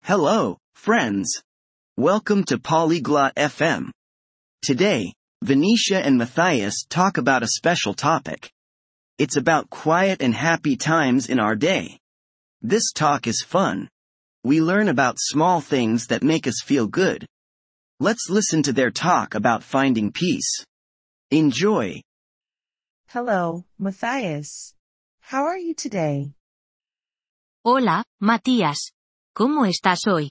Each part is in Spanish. Hello, friends. Welcome to Polyglot FM. Today, Venetia and Matthias talk about a special topic. It's about quiet and happy times in our day. This talk is fun. We learn about small things that make us feel good. Let's listen to their talk about finding peace. Enjoy. Hello, Matthias. How are you today? Hola, Matías. ¿Cómo estás hoy?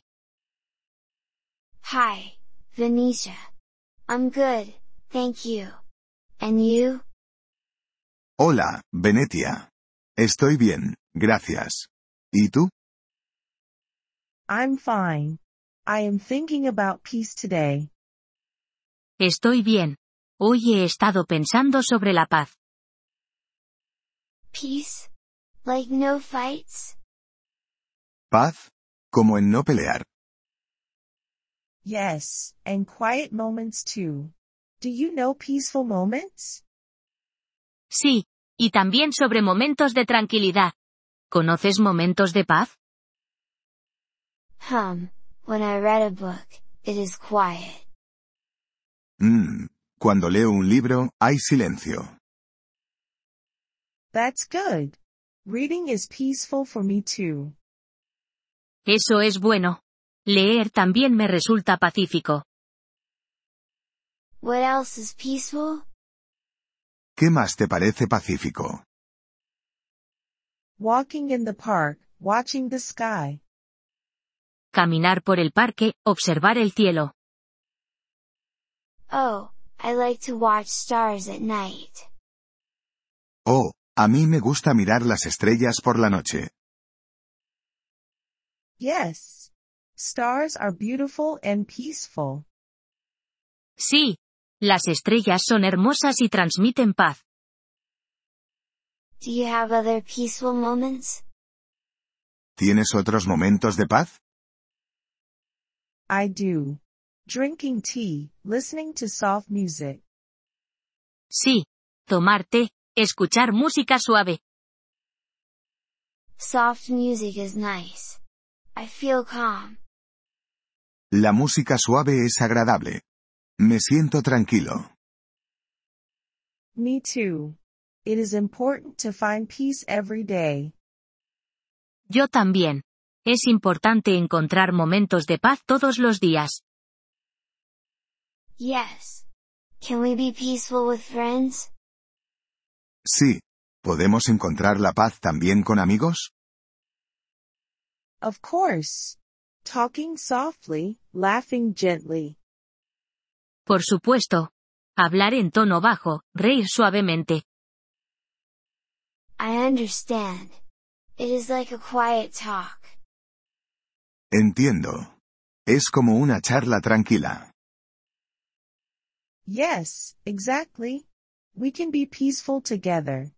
Hi, Venetia. I'm good, thank you. And you? Hola, Venetia. Estoy bien, gracias. ¿Y tú? I'm fine. I am thinking about peace today. Estoy bien. Hoy he estado pensando sobre la paz. Peace? Like no fights? Paz? Como en no pelear. Yes, and quiet moments too. Do you know peaceful moments? Sí, y también sobre momentos de tranquilidad. ¿Conoces momentos de paz? Hum, when I read a book, it is quiet. Mm, Cuando leo un libro, hay silencio. That's good. Reading is peaceful for me too. Eso es bueno. Leer también me resulta pacífico. What else is peaceful? ¿Qué más te parece pacífico? Walking in the park, watching the sky. Caminar por el parque, observar el cielo. Oh, I like to watch stars at night. Oh, a mí me gusta mirar las estrellas por la noche. Yes. Stars are beautiful and peaceful. Sí. Las estrellas son hermosas y transmiten paz. Do you have other peaceful moments? ¿Tienes otros momentos de paz? I do. Drinking tea, listening to soft music. Sí. Tomar té, escuchar música suave. Soft music is nice. I feel calm. La música suave es agradable. Me siento tranquilo. Me too. It is important to find peace every day. Yo también. Es importante encontrar momentos de paz todos los días. Yes. Can we be peaceful with friends? Sí. ¿Podemos encontrar la paz también con amigos? Of course. Talking softly, laughing gently. Por supuesto. Hablar en tono bajo, reír suavemente. I understand. It is like a quiet talk. Entiendo. Es como una charla tranquila. Yes, exactly. We can be peaceful together.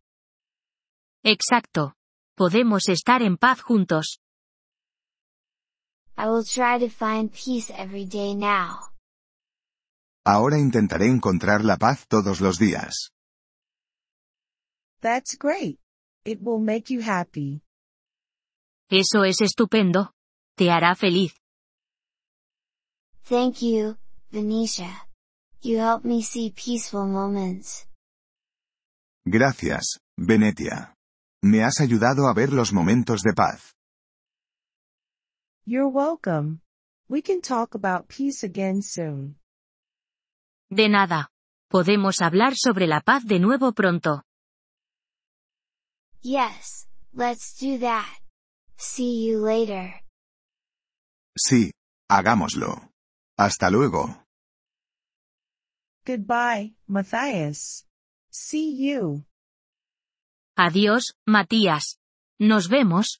Exacto. Podemos estar en paz juntos. I will try to find peace every day now. Ahora intentaré encontrar la paz todos los días. That's great. It will make you happy. Eso es estupendo. Te hará feliz. Thank you, Venetia. You help me see peaceful moments. Gracias, Venetia. Me has ayudado a ver los momentos de paz. You're welcome. We can talk about peace again soon. De nada. Podemos hablar sobre la paz de nuevo pronto. Yes, let's do that. See you later. Sí, hagámoslo. Hasta luego. Goodbye, Matthias. See you. Adiós, Matías. Nos vemos.